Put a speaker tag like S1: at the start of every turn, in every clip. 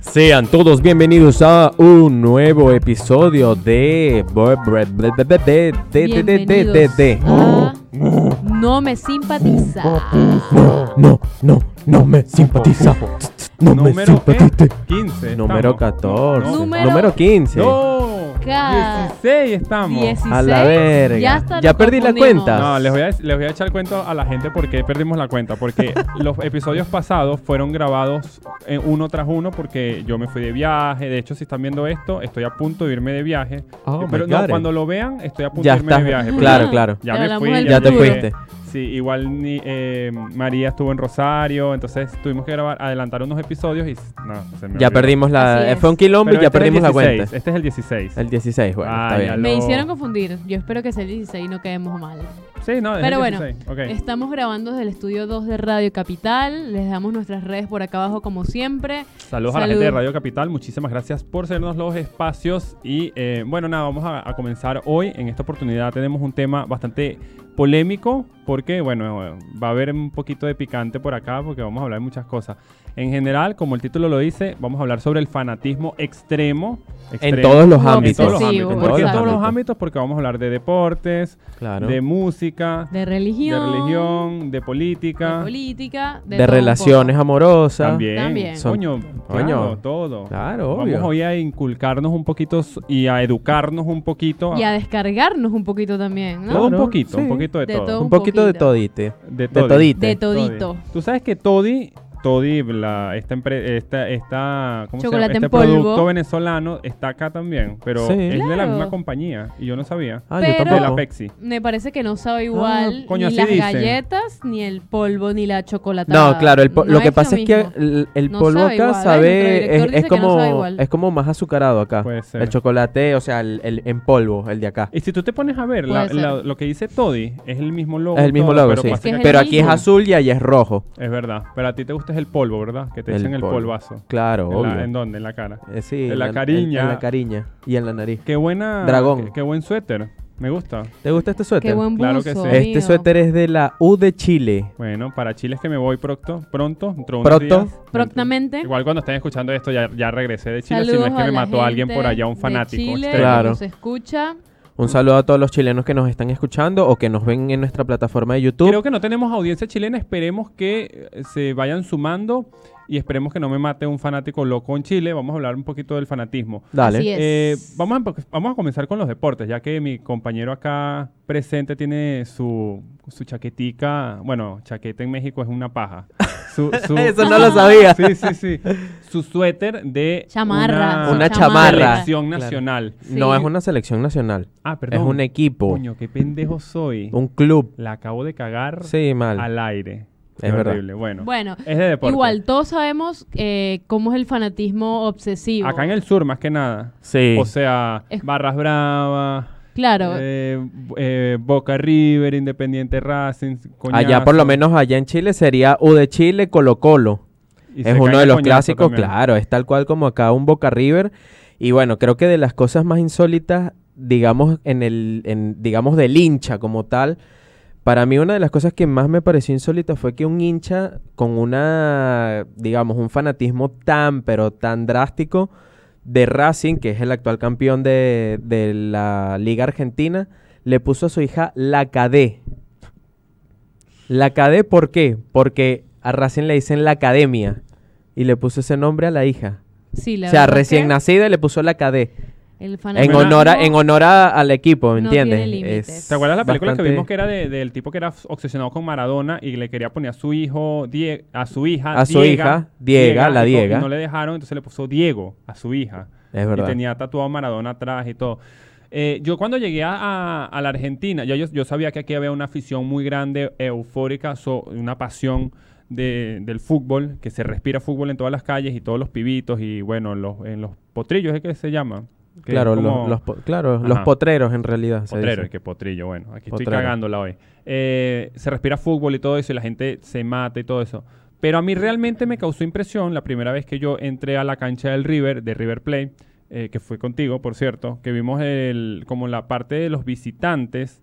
S1: Sean todos bienvenidos a un nuevo episodio de
S2: Bienvenidos a No me simpatiza.
S1: No, no, no me simpatiza. No me
S3: Número
S1: simpatiza.
S3: 15.
S1: Número
S3: estamos.
S1: 14.
S3: No,
S2: Número-
S1: Número 15.
S3: No,
S2: Ca-
S3: 16 estamos.
S2: 16.
S1: A la verga.
S2: Ya, hasta
S1: Ya
S2: nos
S1: perdí la
S2: confundimos.
S1: cuenta.
S3: No, les voy, a, les voy a echar el cuento a la gente porque perdimos la cuenta. Porque los episodios pasados fueron grabados eh, uno tras uno porque yo me fui de viaje. De hecho, si están viendo esto, estoy a punto de irme de viaje. Eh,
S1: Oh,
S3: Pero
S1: my
S3: no,
S1: God.
S3: cuando lo vean, estoy a punto
S1: Ya
S3: de irme
S1: está.
S3: de viaje. porque
S1: Claro, claro.
S3: Ya
S2: Ya
S3: me
S2: hablamos
S3: fui.
S2: del
S1: Ya te
S3: llegué.
S1: fuiste.
S3: Sí, igual ni, eh, María estuvo en Rosario, entonces tuvimos que grabar, adelantar unos episodios y no, se me
S1: Ya
S3: olvidó.
S1: perdimos
S2: Así
S1: la. eh,
S2: es.
S1: Fue un
S3: Pero
S1: quilombo y
S3: este
S1: ya
S3: es el
S1: perdimos la
S3: 16,
S1: cuenta.
S3: Este es el 16.
S1: El 16, bueno,
S3: Ah,
S1: está
S3: ya
S1: bien.
S3: lo-
S2: Me hicieron confundir. Yo espero que sea el 16 y no quedemos mal.
S3: Sí, no, es
S2: Pero
S3: el
S2: bueno,
S3: 16. ok.
S2: Estamos grabando desde el estudio 2 de Radio Capital. Les damos nuestras redes por acá abajo como siempre.
S3: Saludos a la
S2: Salud.
S3: gente de Radio Capital, muchísimas gracias por cedernos los espacios y eh, bueno, nada, vamos a, a comenzar hoy. En esta oportunidad tenemos un tema bastante polémico porque bueno, eh, va a haber un poquito de picante por acá porque vamos a hablar de muchas cosas. En general, como el título lo dice, vamos a hablar sobre el fanatismo extremo.
S1: En
S3: extremo,
S1: todos
S3: en
S1: los
S2: No,
S3: todos
S1: ámbitos.
S3: los ámbitos.
S2: Obsesivo, exacto.
S3: ¿Por qué en todos los
S1: Ámbitos.
S3: ámbitos? Porque vamos a hablar de deportes,
S1: Claro.
S3: de música,
S2: De religión.
S3: de religión, de política.
S2: De política.
S1: de,
S2: todo un
S1: relaciones
S2: poco.
S1: amorosas.
S3: También.
S2: También.
S1: Son-
S3: Coño,
S1: Coño.
S3: claro, todo.
S1: Claro,
S3: Vamos
S1: obvio.
S3: hoy a inculcarnos un poquito s- y a educarnos un poquito.
S2: Y a descargarnos un poquito también, ¿no?
S3: Todo un
S1: Claro,
S3: poquito,
S1: sí.
S3: un poquito de,
S2: De
S3: todo.
S2: todo.
S1: un poquito de
S2: poquito.
S1: todite.
S3: De,
S1: todito.
S2: De
S1: De
S2: todito.
S3: Tú sabes que Toddy, Toddy, la, esta, empre- esta, esta- ¿cómo se llama?
S2: Chocolate en
S3: Este
S2: polvo.
S3: producto venezolano está acá también, pero
S1: Sí.
S3: es de la
S2: Claro.
S3: misma compañía y yo no sabía.
S1: Ah,
S2: Pero-
S1: yo
S3: De la
S1: tampoco.
S3: Pepsi.
S2: Me parece que no sabe igual
S3: Ah, coño,
S2: ni
S3: así
S2: las
S3: dicen.
S2: galletas, ni el polvo, ni la chocolatada.
S1: No, claro, el po-
S2: No
S1: lo que
S2: es
S1: pasa es que
S2: mismo.
S1: el, el
S2: No
S1: polvo acá
S2: sabe igual, ¿eh? Nuestro
S1: sabe,
S2: director
S1: es,
S2: dice
S1: es
S2: que no
S1: como,
S2: sabe igual.
S1: es como más azucarado acá.
S3: Puede ser.
S1: El chocolate, o sea, el, el- en polvo, el de acá.
S3: Y si tú te pones a ver, la-
S2: Puede ser.
S3: la- lo que dice Toddy es el mismo logo.
S1: es el mismo
S3: todo,
S1: logo,
S3: pero
S1: sí.
S3: pasa
S2: Es que
S3: que
S1: Pero
S2: el
S1: aquí es
S2: mismo.
S1: azul y allá es rojo.
S3: Es verdad, pero a ti te gusta es el polvo, ¿verdad? Que te
S1: El
S3: echen el
S1: polvo.
S3: polvazo.
S1: Claro,
S3: ¿En, la-
S1: obvio.
S3: ¿En dónde? En la cara.
S1: Eh, sí,
S3: en la
S1: en-
S3: cariña.
S1: En, la cariña y en la nariz.
S3: Qué buena.
S1: Dragón.
S3: Qué, qué buen suéter. Me gusta.
S1: ¿Te gusta este suéter?
S2: Qué buen buzo,
S3: Claro que sí.
S2: amigo.
S1: este suéter es de la U de Chile.
S3: Bueno, para Chile es que me voy pronto. Pronto. dentro de unos
S1: Pronto.
S3: días.
S2: Prontamente.
S3: Igual cuando estén escuchando esto, ya, ya regresé de Chile.
S2: Saludos
S3: si no es
S2: a
S3: que me
S2: la
S3: mató alguien
S2: gente
S3: por allá, un
S2: de
S3: fanático.
S2: Chile,
S3: extremo.
S1: Claro.
S2: que Nos escucha.
S1: Un saludo a todos los chilenos que nos están escuchando o que nos ven en nuestra plataforma de YouTube.
S3: Creo que no tenemos audiencia chilena. Esperemos que eh, se vayan sumando y esperemos que no me mate un fanático loco en Chile. Vamos a hablar un poquito del fanatismo.
S1: Dale.
S2: Así es.
S3: Eh, vamos, a, empe- vamos a comenzar con los deportes, ya que mi compañero acá presente tiene su, su chaquetica. Bueno, chaqueta en México es una paja. Su- su-
S1: Eso no lo sabía.
S3: Sí, sí, sí. Su suéter de
S2: Chamarra.
S1: Una
S2: su
S1: chamarra.
S3: selección
S1: Claro.
S3: nacional.
S2: Sí.
S1: No es una selección nacional.
S3: Ah, perdón.
S1: Es un equipo.
S3: Coño, qué pendejo soy.
S1: Un club.
S3: La acabo de cagar
S1: Sí, mal.
S3: al aire. Qué
S1: Es verdad.
S3: horrible. Bueno,
S2: Bueno,
S3: es de deporte.
S2: igual todos sabemos eh, cómo es el fanatismo obsesivo.
S3: Acá en el sur, más que nada.
S1: Sí.
S3: O sea,
S2: Es-
S3: Barras Bravas.
S2: Claro.
S3: Eh, eh, Boca River, Independiente Racing. coñazo.
S1: allá por lo menos allá en Chile sería U de Chile Colo Colo.
S3: Y se
S1: es
S3: cae
S1: uno de
S3: a
S1: los
S3: coñazo
S1: clásicos,
S3: también.
S1: claro, es tal cual como acá un Boca River. Y bueno, creo que de las cosas más insólitas, digamos, en el, en, digamos, del hincha como tal, para mí una de las cosas que más me pareció insólita fue que un hincha con una, digamos, un fanatismo tan, pero tan drástico de Racing, que es el actual campeón de, de la Liga Argentina, le puso a su hija la KD. La KD, ¿por qué? Porque a Racing le dicen la academia y le puso ese nombre a la hija.
S2: sí, la
S1: o sea,
S2: verdad es
S1: recién
S2: que
S1: nacida le puso la KD.
S2: el
S1: En
S2: fanatismo
S1: honor, a- en honor a- al equipo, ¿me
S2: no
S1: entiendes?
S2: tiene límites.
S1: Es
S3: ¿Te acuerdas la película que
S1: bastante-
S3: vimos que era de- del tipo que era f- obsesionado con Maradona y le quería poner a su hijo, Die- a su hija,
S1: A su hija, Diega, la
S3: y no-
S1: Diega.
S3: y no le dejaron, entonces le puso Diego a su hija.
S1: Es verdad.
S3: Y tenía tatuado Maradona atrás y todo. Eh, yo cuando llegué a, a- a la Argentina, ya yo, yo sabía que aquí había una afición muy grande, eufórica, so- una pasión de- del fútbol, que se respira fútbol en todas las calles y todos los pibitos y bueno, los, en los potrillos es que se llama. Que
S1: Claro,
S3: es
S1: los-
S3: como-
S1: los, po- claro los
S3: Ajá.
S1: potreros en realidad. se
S3: Potrero,
S1: dice.
S3: que potrillo, bueno, aquí
S1: Potrero.
S3: estoy cagándola hoy. Eh, se respira fútbol y todo eso, y la gente se mata y todo eso. Pero a mí realmente me causó impresión la primera vez que yo entré a la cancha del River, de River Play, eh, que fue contigo, por cierto, que vimos el, como la parte de los visitantes.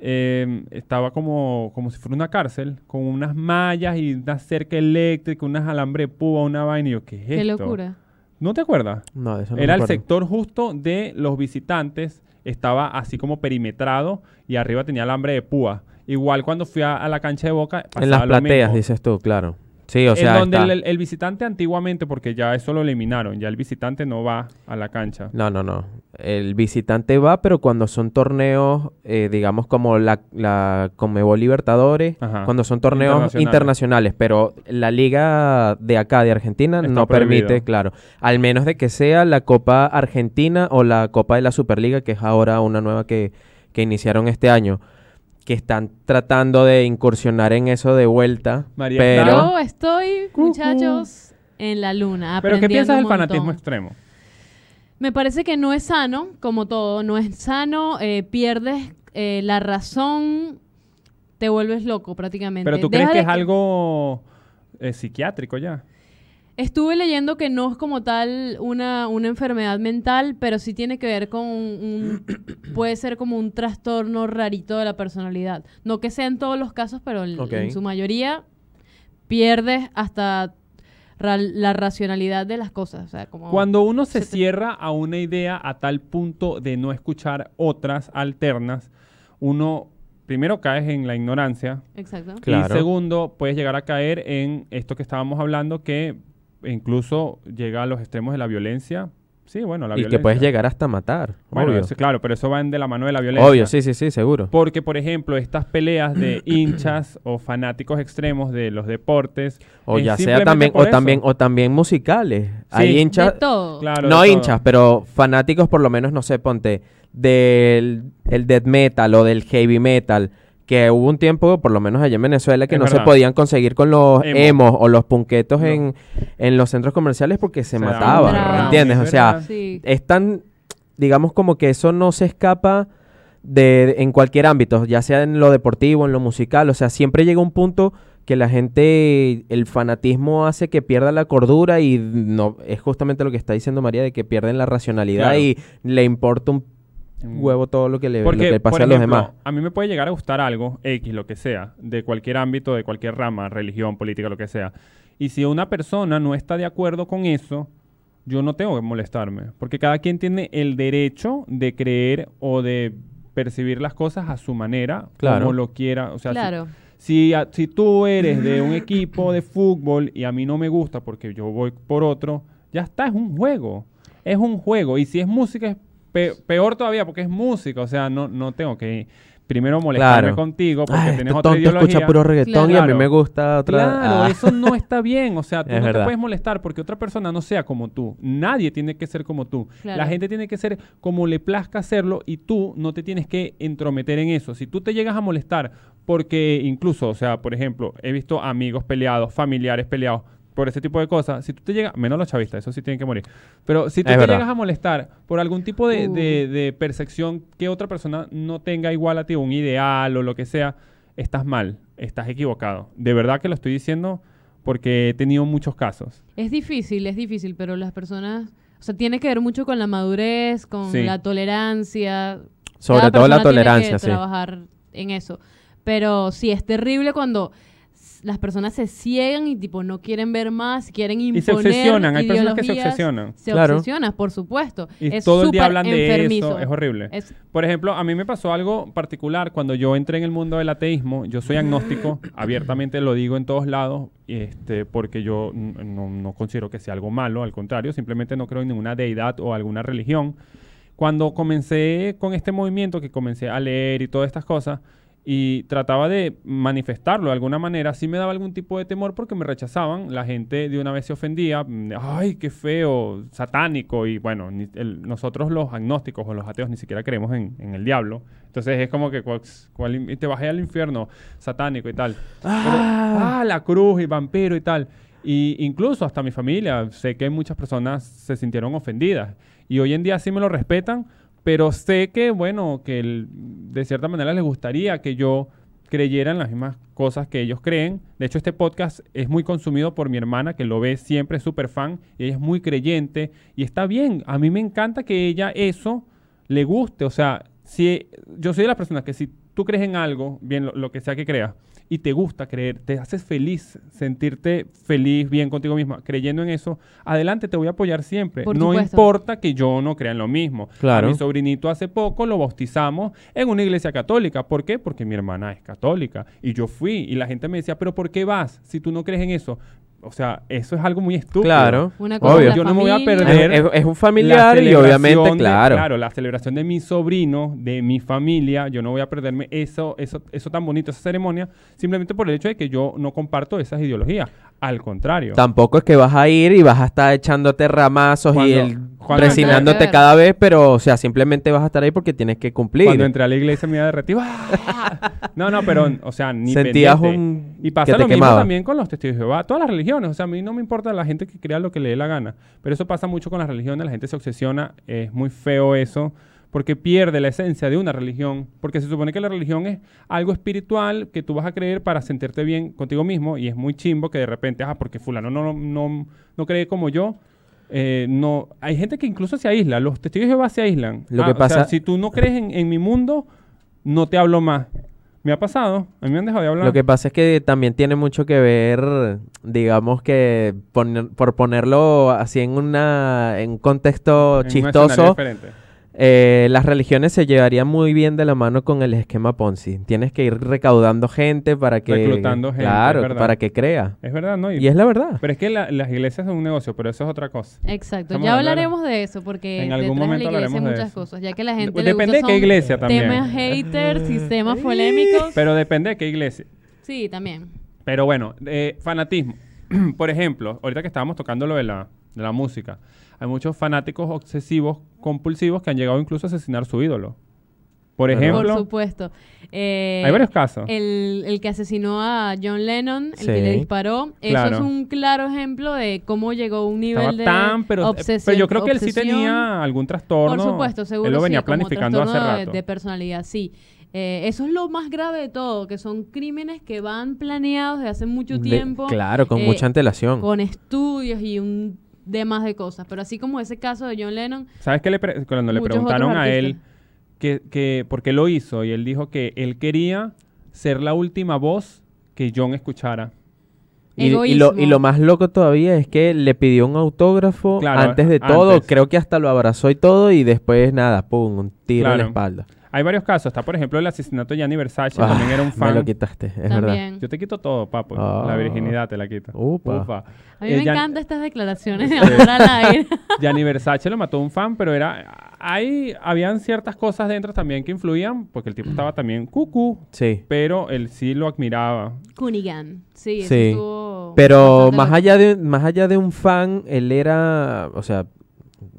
S3: eh, estaba como, como si fuera una cárcel, con unas mallas y una cerca eléctrica, unas alambre de púa, una vaina. Y yo, ¿qué es
S2: Qué
S3: esto?
S2: locura.
S3: ¿No te acuerdas?
S1: No, de eso no me
S3: Era el
S1: acuerdo.
S3: sector justo de los visitantes, estaba así como perimetrado y arriba tenía alambre de púa. Igual cuando fui a, a la cancha de Boca,
S1: En las
S3: pasaba lo
S1: plateas,
S3: mismo.
S1: dices tú, claro. Sí, o sea,
S3: en donde
S1: está-
S3: el, el visitante antiguamente, porque ya eso lo eliminaron, ya el visitante no va a la cancha.
S1: No, no, no. El visitante va, pero cuando son torneos, eh, digamos como la, la Conmebol Libertadores,
S3: Ajá.
S1: cuando son torneos
S3: Internacionales.
S1: internacionales. pero la liga de acá, de Argentina,
S3: Está
S1: no permite,
S3: prohibido.
S1: claro. Al menos de que sea la Copa Argentina o la Copa de la Superliga, que es ahora una nueva que, que iniciaron este año, que están tratando de incursionar en eso de vuelta,
S3: María
S1: pero...
S3: Clara.
S2: Yo estoy,
S3: Cucú.
S2: muchachos, en la luna.
S3: Uh, Pero ¿qué
S2: aprendiendo
S3: piensas del
S2: un montón.
S3: fanatismo extremo?
S2: Me parece que no es sano, como todo, no es sano, eh, pierdes eh, la razón, te vuelves loco prácticamente.
S3: Pero tú
S2: Deja
S3: crees que es
S2: de
S3: algo eh, psiquiátrico ya.
S2: Estuve leyendo que no es como tal una, una enfermedad mental, pero sí tiene que ver con un... puede ser como un trastorno rarito de la personalidad. No que sea en todos los casos, pero en-
S1: Ok.
S2: en su mayoría pierdes hasta ra- la racionalidad de las cosas. O sea, como...
S3: Cuando uno se
S2: se te-
S3: cierra a una idea a tal punto de no escuchar otras alternas, uno primero caes en la ignorancia,
S2: Exacto.
S1: Claro.
S3: Y segundo, puedes llegar a caer en esto que estábamos hablando, que incluso llega a los extremos de la violencia. Sí, bueno, la
S1: y
S3: violencia.
S1: que puedes llegar hasta matar,
S3: Bueno,
S1: obvio.
S3: eso- claro, pero eso va en de la mano de la violencia.
S1: Obvio, sí, sí, sí, seguro.
S3: Porque, por ejemplo, estas peleas de hinchas o fanáticos extremos de los deportes.
S1: O
S3: es
S1: ya sea
S3: simplemente
S1: también,
S3: por
S1: o
S3: eso.
S1: también, o también musicales.
S3: Sí.
S1: Hay
S2: De
S1: hinchas,
S2: todo.
S3: Claro,
S1: no
S3: de todo.
S1: hinchas, pero fanáticos por lo menos, no sé, ponte, del el death metal o del heavy metal, que hubo un tiempo, por lo menos allá en Venezuela, que
S3: Es
S1: no
S3: verdad.
S1: se podían conseguir con los
S3: Emo.
S1: emos o los punquetos
S3: No.
S1: en, en los centros comerciales porque se,
S3: Se daban
S1: mataban,
S2: un round,
S1: ¿entiendes?
S3: es
S1: O sea,
S3: verdad.
S2: Sí.
S1: es tan, digamos como que eso no se escapa de, en cualquier ámbito, ya sea en lo deportivo, en lo musical, o sea, siempre llega un punto que la gente, el fanatismo hace que pierda la cordura y no, es justamente lo que está diciendo María, de que pierden la racionalidad
S3: Claro. Mm.
S1: y le importa un huevo todo lo que le, lo
S3: Porque,
S1: que pasa
S3: por
S1: a los
S3: ejemplo,
S1: demás.
S3: a mí me puede llegar a gustar algo, X, lo que sea, de cualquier ámbito, de cualquier rama, religión, política, lo que sea. Y si una persona no está de acuerdo con eso, yo no tengo que molestarme. Porque cada quien tiene el derecho de creer o de percibir las cosas a su manera,
S1: Claro.
S3: como lo quiera. O sea, si-
S2: claro.
S3: si, a- si tú eres de un equipo de fútbol y a mí no me gusta porque yo voy por otro, ya está, es un juego. Es un juego. Y si es música, es pe- peor todavía porque es música. O sea, no, no tengo que primero molestarme
S1: Claro.
S3: contigo porque
S1: Ay,
S3: tienes
S1: este
S3: otra
S1: tonto escucha
S3: ideología.
S1: puro reggaetón y a mí
S3: Claro.
S1: me gusta otra...
S3: Claro,
S1: Ah,
S3: eso no está bien. O sea, tú
S1: Es
S3: no te
S1: verdad.
S3: puedes molestar porque otra persona no sea como tú. Nadie tiene que ser como tú.
S2: Claro.
S3: La gente tiene que ser como le plazca hacerlo y tú no te tienes que entrometer en eso. Si tú te llegas a molestar porque incluso, o sea, por ejemplo, he visto amigos peleados, familiares peleados por ese tipo de cosas, si tú te llegas, menos los chavistas, eso sí tienen que morir, pero si tú
S1: Es
S3: te
S1: verdad.
S3: llegas a molestar por algún tipo de,
S2: Uh.
S3: de- de percepción que otra persona no tenga igual a ti, un ideal o lo que sea, estás mal, estás equivocado. De verdad que lo estoy diciendo porque he tenido muchos casos.
S2: Es difícil, es difícil, pero las personas... O sea, tiene que ver mucho con la madurez, con
S3: Sí.
S2: la tolerancia.
S1: sobre
S2: Cada
S1: todo la
S2: persona tiene que
S1: tolerancia, sí.
S2: trabajar en eso. Pero sí, es terrible cuando s- las personas se ciegan y tipo no quieren ver más, quieren
S3: Y
S2: imponer
S3: se obsesionan, hay personas que se
S2: ideologías.
S3: obsesionan.
S2: Se
S1: Claro.
S2: obsesionan, por supuesto.
S3: Y
S2: es
S3: todo el día
S2: súper
S3: hablan de
S2: enfermizo.
S3: eso, es horrible.
S2: Es-
S3: Por ejemplo, a mí me pasó algo particular cuando yo entré en el mundo del ateísmo. Yo soy agnóstico, abiertamente lo digo en todos lados, este, porque yo n- no, no considero que sea algo malo, al contrario, simplemente no creo en ninguna deidad o alguna religión. Cuando comencé con este movimiento, que comencé a leer y todas estas cosas, y trataba de manifestarlo de alguna manera, sí me daba algún tipo de temor porque me rechazaban, la gente de una vez se ofendía, mm, ay, qué feo, satánico, y bueno, ni- el- nosotros los agnósticos o los ateos ni siquiera creemos en, en el diablo, entonces es como que cual- cual in- te bajé al infierno, satánico y tal. Pero, ah, la cruz y vampiro y tal. Y incluso hasta mi familia, sé que muchas personas se sintieron ofendidas. Y hoy en día sí me lo respetan, pero sé que, bueno, que el- de cierta manera les gustaría que yo creyera en las mismas cosas que ellos creen. De hecho, este podcast es muy consumido por mi hermana, que lo ve siempre, es súper fan, y ella es muy creyente, y está bien. A mí me encanta que ella eso le guste. O sea, si yo soy de las personas que si tú crees en algo, bien lo, lo que sea que creas, y te gusta creer, te haces feliz, sentirte feliz, bien contigo misma, creyendo en eso, adelante, te voy a apoyar siempre.
S2: Por
S3: no
S2: supuesto.
S3: importa que yo no crea en lo mismo.
S1: Claro.
S3: A mi sobrinito hace poco lo bautizamos en una iglesia católica. ¿Por qué? Porque mi hermana es católica y yo fui y la gente me decía, pero ¿por qué vas si tú no crees en eso? O sea, eso es algo muy estúpido.
S1: Claro.
S2: Una cosa
S1: Obvio.
S2: es la
S3: Yo no me voy a
S2: familia.
S3: perder
S1: Es, es- es un familiar
S3: La
S1: y obviamente,
S3: celebración de-
S1: claro.
S3: Claro, la celebración de mi sobrino, de mi familia, yo no voy a perderme eso, eso, eso tan bonito, esa ceremonia, simplemente por el hecho de que yo no comparto esas ideologías. Al contrario.
S1: Tampoco es que vas a ir y vas a estar echándote ramazos y
S3: Cuando-
S1: el
S3: cuando-
S1: presionándote
S2: Nada que ver.
S1: cada vez, pero, o sea, simplemente vas a estar ahí porque tienes que cumplir.
S3: Cuando entré a la iglesia me iba a derretir. ¡Ah! No, no, pero, o sea, ni
S1: Sentías
S3: pendiente.
S1: un-
S3: Y pasa
S1: que te
S3: lo mismo
S1: quemaba.
S3: también con los testigos de Jehová. Todas las religiones. O sea, a mí no me importa la gente que crea lo que le dé la gana. Pero eso pasa mucho con las religiones. La gente se obsesiona. Es muy feo eso. Porque pierde la esencia de una religión. Porque se supone que la religión es algo espiritual que tú vas a creer para sentirte bien contigo mismo. Y es muy chimbo que de repente, ah, porque fulano no, no, no, no cree como yo. eh, no, hay gente que incluso se aísla. Los testigos de Jehová se aíslan.
S1: Lo
S3: Ah,
S1: que
S3: o sea,
S1: pasa-
S3: si tú no crees en, en mi mundo, no te hablo más. Me ha pasado. A mí me han dejado de hablar.
S1: Lo que pasa es que también tiene mucho que ver, digamos que poner- por ponerlo así en una en un
S3: En
S1: contexto
S3: un escenario
S1: chistoso,
S3: diferente.
S1: eh, las religiones se llevarían muy bien de la mano con el esquema Ponzi. Tienes que ir recaudando gente para que
S3: Reclutando gente,
S1: claro,
S3: es verdad.
S1: para que crea.
S3: Es verdad, ¿no? Y-
S1: Y es la verdad.
S3: Pero es que la- las iglesias son un negocio, pero eso es otra cosa.
S2: Exacto,
S3: Estamos
S2: ya
S3: hablando de-
S2: hablaremos de eso porque
S3: En algún
S2: detrás
S3: momento
S2: de la iglesia hay
S3: hablaremos de
S2: muchas
S3: eso.
S2: cosas, ya que la gente le
S3: Depende de
S2: gusta
S3: qué
S2: son
S3: iglesia también.
S2: temas haters, sistemas polémicos.
S3: Pero depende de qué iglesia.
S2: Sí, también.
S3: Pero bueno, eh, fanatismo. Por ejemplo, ahorita que estábamos tocando lo de la, de la música, hay muchos fanáticos obsesivos, compulsivos, que han llegado incluso a asesinar su ídolo. Por
S1: Ajá.
S3: ejemplo,
S2: Por supuesto. Eh,
S3: hay varios casos.
S2: El, el que asesinó a John Lennon, el que
S1: Sí.
S2: le disparó.
S3: Claro.
S2: Eso es un claro ejemplo de cómo llegó a un nivel
S3: Estaba
S2: de
S3: tan, pero, eh,
S2: obsesión.
S3: pero yo creo que él sí
S2: obsesión.
S3: tenía algún trastorno.
S2: Por supuesto, seguro.
S3: Él lo
S2: sí,
S3: venía
S2: como
S3: planificando hace
S2: trastorno de-
S3: rato.
S2: De, personalidad, sí. Eh, eso es lo más grave de todo, que son crímenes que van planeados desde hace mucho
S1: De-
S2: tiempo.
S1: claro, con
S2: eh,
S1: mucha antelación.
S2: Con estudios y un demás de cosas. Pero así como ese caso de John Lennon,
S3: ¿Sabes qué? Le pre- cuando le
S2: Muchos
S3: preguntaron
S2: otros
S3: a él
S2: artistas.
S3: que, que por qué lo hizo, y él dijo que él quería ser la última voz que John escuchara.
S1: Y, y lo, y
S2: Egoísmo.
S1: lo más loco todavía es que le pidió un autógrafo
S3: Claro,
S1: antes de
S3: antes.
S1: todo. Creo que hasta lo abrazó y todo. Y después, nada, pum, un tiro en la
S3: Claro.
S1: espalda.
S3: Hay varios casos. Está, por ejemplo, el asesinato de Gianni Versace.
S1: Ah,
S3: también era un fan.
S1: Me lo quitaste, es verdad.
S2: también.
S3: Yo te quito todo, papo.
S1: Ah.
S3: La virginidad te la quito.
S1: Upa.
S2: A mí
S3: Eh,
S2: me
S3: Gian-
S2: encantan estas declaraciones ahora al aire.
S3: Gianni Versace lo mató un fan, pero era... Hay, habían ciertas cosas dentro también que influían, porque el tipo estaba también cucú,
S1: Sí.
S3: pero él sí lo admiraba.
S2: Cunningham. Sí, eso
S1: Sí.
S2: estuvo
S1: Pero
S2: bastante
S1: más
S2: loco.
S1: allá, de, más allá de un fan, él era, o sea,